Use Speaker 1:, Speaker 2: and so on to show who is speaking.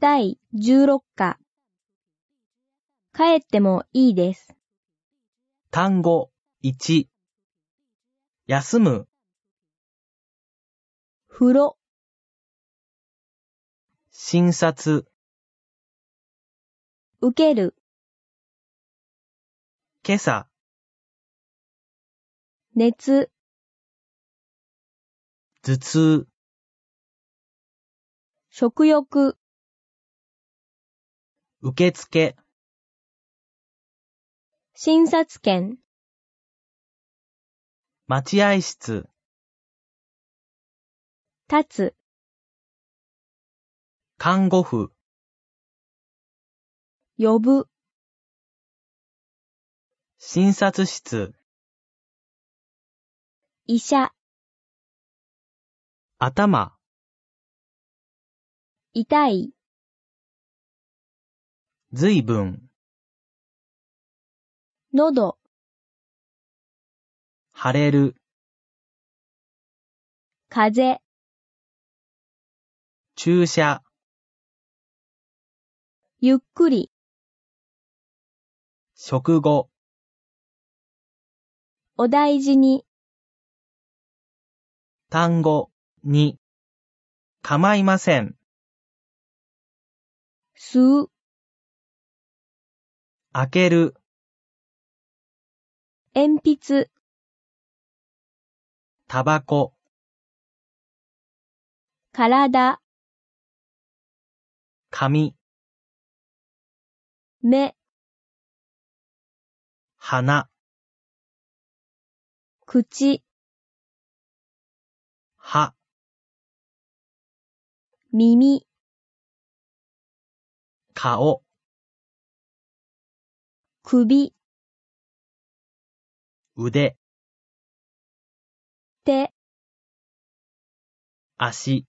Speaker 1: 第16課。帰ってもいいです。
Speaker 2: 単語1休む
Speaker 1: 風呂、
Speaker 2: 診察
Speaker 1: 受ける、
Speaker 2: 今朝
Speaker 1: 熱、
Speaker 2: 頭痛
Speaker 1: 食欲、
Speaker 2: 受付
Speaker 1: 診察券、
Speaker 2: 待合室
Speaker 1: 立つ、
Speaker 2: 看護婦
Speaker 1: 呼ぶ、
Speaker 2: 診察室
Speaker 1: 医者、
Speaker 2: 頭
Speaker 1: 痛い、
Speaker 2: 随分
Speaker 1: 喉、
Speaker 2: 腫れる
Speaker 1: 風邪、
Speaker 2: 注射
Speaker 1: ゆっくり、
Speaker 2: 食後
Speaker 1: お大事に、
Speaker 2: 単語2構いません
Speaker 1: 吸う、
Speaker 2: 開ける
Speaker 1: 鉛筆、
Speaker 2: タバコ
Speaker 1: 体、
Speaker 2: 髪
Speaker 1: 目、
Speaker 2: 鼻
Speaker 1: 口、
Speaker 2: 歯
Speaker 1: 耳、
Speaker 2: 顔
Speaker 1: 首、
Speaker 2: 腕
Speaker 1: 手、
Speaker 2: 足